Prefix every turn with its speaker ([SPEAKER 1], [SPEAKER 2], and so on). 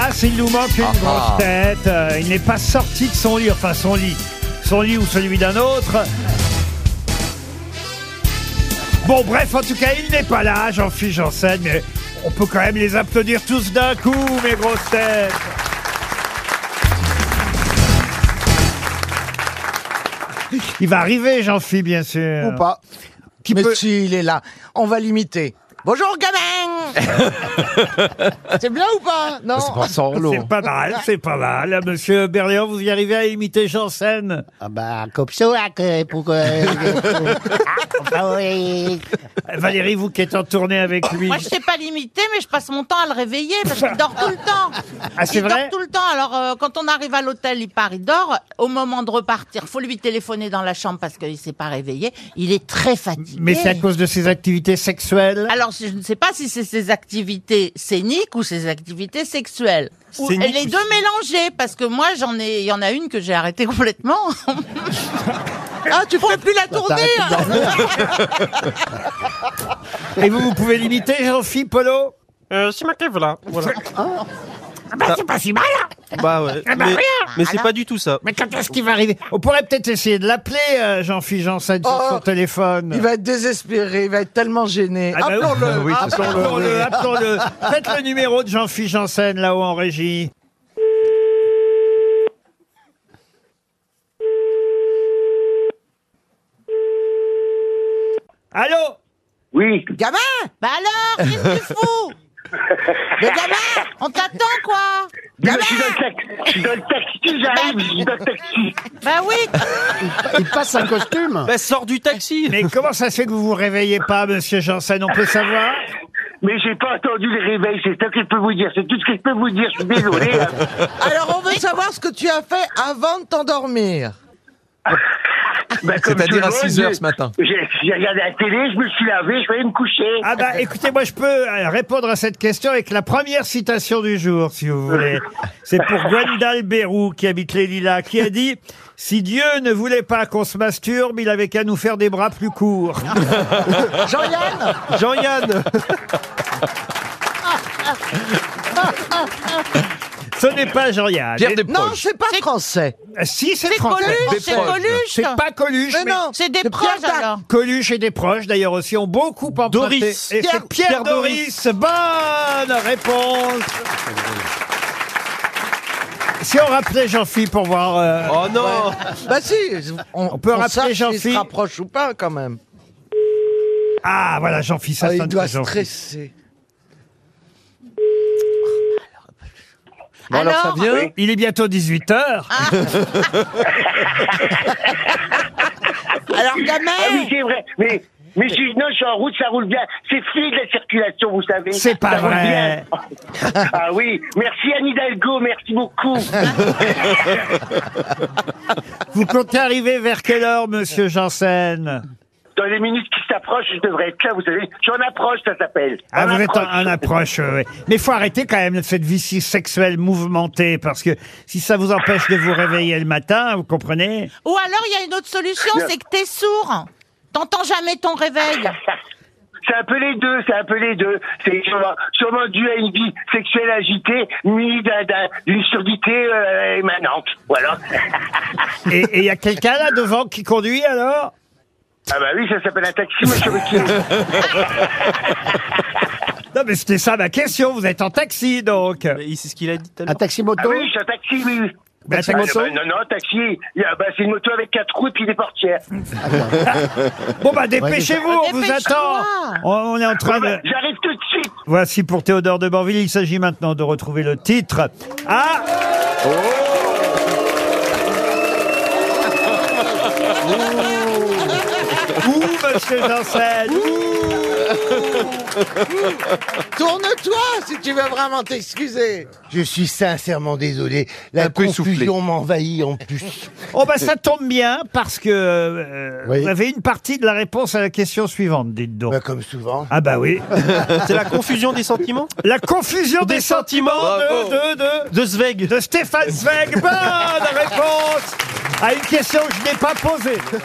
[SPEAKER 1] Ah, s'il nous manque une
[SPEAKER 2] Ah,
[SPEAKER 1] grosse
[SPEAKER 2] ah.
[SPEAKER 1] tête, euh, il n'est pas sorti de son lit, enfin son lit, son lit ou celui d'un autre. Bon, bref, en tout cas, il n'est pas là, j'en fiche, j'en sais, mais on peut quand même les applaudir tous d'un coup, mes grosses têtes. Il va arriver, j'en fiche, bien sûr.
[SPEAKER 3] Ou pas. Mais si, il est là. On va l'imiter. Bonjour, gamin C'est bien ou pas Non
[SPEAKER 1] C'est pas mal, c'est pas mal. Monsieur Berléand, vous y arrivez à imiter Janssen
[SPEAKER 3] Ah bah, comme ça, que- pour... que- Ah, bah oui.
[SPEAKER 1] Euh, Valérie, vous qui êtes en tournée avec lui.
[SPEAKER 4] Moi, je sais pas l'imiter, mais je passe mon temps à le réveiller parce qu'il dort tout le temps.
[SPEAKER 1] Ah, c'est
[SPEAKER 4] il
[SPEAKER 1] vrai
[SPEAKER 4] dort tout le temps. Alors, euh, quand on arrive à l'hôtel, il part, il dort. Au moment de repartir, faut lui téléphoner dans la chambre parce qu'il s'est pas réveillé. Il est très fatigué.
[SPEAKER 1] Mais c'est à cause de ses activités sexuelles.
[SPEAKER 4] Alors, je ne sais pas si c'est ses activités scéniques ou ses activités sexuelles. Ou
[SPEAKER 1] Scéniques
[SPEAKER 4] les
[SPEAKER 1] ou
[SPEAKER 4] deux mélangés, parce que moi, j'en ai, il y en a une que j'ai arrêtée complètement. ah, tu fais plus la
[SPEAKER 1] Bah,
[SPEAKER 4] hein. tournée
[SPEAKER 1] Et vous, vous pouvez l'imiter, Jean-Philippe Polo
[SPEAKER 5] Euh, c'est marqué, voilà. voilà.
[SPEAKER 1] Bah, c'est pas si mal, hein
[SPEAKER 5] Bah ouais.
[SPEAKER 1] bah
[SPEAKER 5] mais
[SPEAKER 1] rien.
[SPEAKER 5] mais c'est pas du tout ça.
[SPEAKER 1] Mais quand est-ce qu'il va arriver On pourrait peut-être essayer de l'appeler, euh, Jean-Philippe Janssen, sur
[SPEAKER 3] Oh,
[SPEAKER 1] son téléphone.
[SPEAKER 3] Il va être désespéré, il va être tellement gêné.
[SPEAKER 1] Ah bah oui.
[SPEAKER 3] Appelons-le
[SPEAKER 1] Ah, Appelons-le, appelons-le. Faites le numéro de Jean-Philippe Janssen, là-haut en régie. Allô
[SPEAKER 6] Oui,
[SPEAKER 4] Gamin Bah alors, qu'est-ce que tu fous Mais gamin, on t'attend quoi
[SPEAKER 6] mais je suis dans le taxi, je suis dans le taxi, j'arrive, je suis dans le taxi.
[SPEAKER 4] Bah oui
[SPEAKER 3] Il passe un costume
[SPEAKER 5] Bah sors du taxi
[SPEAKER 1] Mais comment ça se fait que vous vous réveillez pas, monsieur Janssen On peut savoir
[SPEAKER 6] Mais j'ai pas entendu le réveil, c'est ça que je peux vous dire, c'est tout ce que je peux vous dire, je suis désolé. hein.
[SPEAKER 3] Alors, on veut savoir ce que tu as fait avant de t'endormir.
[SPEAKER 6] Bah, comme
[SPEAKER 2] C'est-à-dire à
[SPEAKER 6] tout le monde,
[SPEAKER 2] 6 heures
[SPEAKER 6] j'ai-
[SPEAKER 2] ce matin.
[SPEAKER 6] J'ai j'ai regardé la télé, je me suis lavé, je vais me coucher.
[SPEAKER 1] Ah bah écoutez, moi je peux euh, répondre à cette question avec la première citation du jour, si vous voulez. C'est pour Gwendal Bérou, qui habite les Lilas, qui a dit « Si Dieu ne voulait pas qu'on se masturbe, il avait qu'à nous faire des bras plus courts.
[SPEAKER 3] Jean-Yann »
[SPEAKER 1] Jean-Yann Ce n'est pas Jean-Yann.
[SPEAKER 2] Pierre
[SPEAKER 3] Non,
[SPEAKER 2] Desproges.
[SPEAKER 3] c'est pas français.
[SPEAKER 1] Et- Si, c'est
[SPEAKER 4] C'est
[SPEAKER 1] français.
[SPEAKER 4] Coluche,
[SPEAKER 2] Des
[SPEAKER 4] c'est
[SPEAKER 2] proches.
[SPEAKER 1] C'est
[SPEAKER 4] Coluche
[SPEAKER 1] pas Coluche,
[SPEAKER 3] Mais
[SPEAKER 1] mais
[SPEAKER 3] non
[SPEAKER 4] C'est des
[SPEAKER 3] c'est Pierre
[SPEAKER 4] proches
[SPEAKER 3] Dac.
[SPEAKER 4] alors
[SPEAKER 1] Coluche et des proches, d'ailleurs aussi, ont beaucoup emprunté.
[SPEAKER 5] Doris.
[SPEAKER 1] Et c'est
[SPEAKER 3] Pierre-
[SPEAKER 1] Pierre,
[SPEAKER 5] Pierre
[SPEAKER 1] Doris.
[SPEAKER 5] Doris.
[SPEAKER 1] Bonne réponse. Si on rappelait Jean-Philippe pour voir. euh,
[SPEAKER 5] Oh non
[SPEAKER 3] Bah si, on,
[SPEAKER 1] On peut rappeler
[SPEAKER 3] sache
[SPEAKER 1] Jean-Phi.
[SPEAKER 3] s'il se rapproche ou pas, quand même.
[SPEAKER 1] Ah, voilà, Jean-Philippe, ça
[SPEAKER 3] Ah, il
[SPEAKER 1] sonne
[SPEAKER 3] doit
[SPEAKER 1] pas Jean-Phi.
[SPEAKER 3] stresser.
[SPEAKER 2] Bon, alors, ça vient
[SPEAKER 1] Il est bientôt 18h.
[SPEAKER 4] Alors
[SPEAKER 6] Ah oui,
[SPEAKER 4] gamin
[SPEAKER 6] c'est vrai, mais... Mais si, non, je suis en route, ça roule bien. C'est fluide la circulation, vous savez.
[SPEAKER 1] C'est pas
[SPEAKER 6] Ça roule
[SPEAKER 1] vrai.
[SPEAKER 6] bien. Ah oui, merci Anne Hidalgo, merci beaucoup.
[SPEAKER 1] Vous comptez arriver vers quelle heure, monsieur Janssen
[SPEAKER 6] Dans les minutes qui s'approchent, je devrais être là, vous savez. Je suis en approche, ça s'appelle.
[SPEAKER 1] Ah,
[SPEAKER 6] En
[SPEAKER 1] vous êtes en,
[SPEAKER 6] approche.
[SPEAKER 1] en approche, euh, ouais. Mais faut arrêter quand même cette vie si sexuelle mouvementée, parce que si ça vous empêche de vous réveiller le matin, vous comprenez
[SPEAKER 4] Ou alors il y a une autre solution, c'est que t'es sourd T'entends jamais ton réveil
[SPEAKER 6] C'est un peu les deux, c'est un peu les deux. C'est sûrement, sûrement dû à une vie sexuelle agitée, munie d'un- d'un- d'une surdité euh, émanante. Voilà.
[SPEAKER 1] Et et il y a quelqu'un là devant qui conduit alors
[SPEAKER 6] Ah bah oui, ça s'appelle un taxi, monsieur Ruquier.
[SPEAKER 1] Non, mais c'était ça ma question. Vous êtes en taxi, donc.
[SPEAKER 5] Mais il- C'est ce qu'il a dit tout à l'heure.
[SPEAKER 3] Un taxi moto
[SPEAKER 6] Ah oui, je suis un taxi, oui. oui.
[SPEAKER 1] Ben,
[SPEAKER 6] Ah,
[SPEAKER 1] taxi.
[SPEAKER 6] bah, non, non, taxi. Il y a- bah, c'est une moto avec quatre roues et puis des portières.
[SPEAKER 1] Bon, bah, dépêchez-vous, on vous
[SPEAKER 4] Dépêche-toi.
[SPEAKER 1] attend. On, on est en train de.
[SPEAKER 6] Ah bah, J'arrive tout de suite.
[SPEAKER 1] Voici pour Théodore de Banville. Il s'agit maintenant de retrouver le titre. Ah
[SPEAKER 2] Oh.
[SPEAKER 1] Ouh, monsieur Janssen
[SPEAKER 3] Tourne-toi si tu veux vraiment t'excuser.
[SPEAKER 7] Je suis sincèrement désolé. La
[SPEAKER 2] Un peu essoufflé.
[SPEAKER 7] confusion m'envahit en plus.
[SPEAKER 1] Oh, bah, ça tombe bien, parce que euh,
[SPEAKER 7] Oui.
[SPEAKER 1] vous avez une partie de la réponse à la question suivante, dites donc.
[SPEAKER 7] Bah, comme souvent.
[SPEAKER 1] Ah, bah oui.
[SPEAKER 5] C'est la confusion des sentiments
[SPEAKER 1] La confusion des, sentiments
[SPEAKER 5] Bravo.
[SPEAKER 1] de, de, de,
[SPEAKER 5] de Zweig.
[SPEAKER 1] de Stéphane Zweig. Bonne réponse à une question que je n'ai pas posée.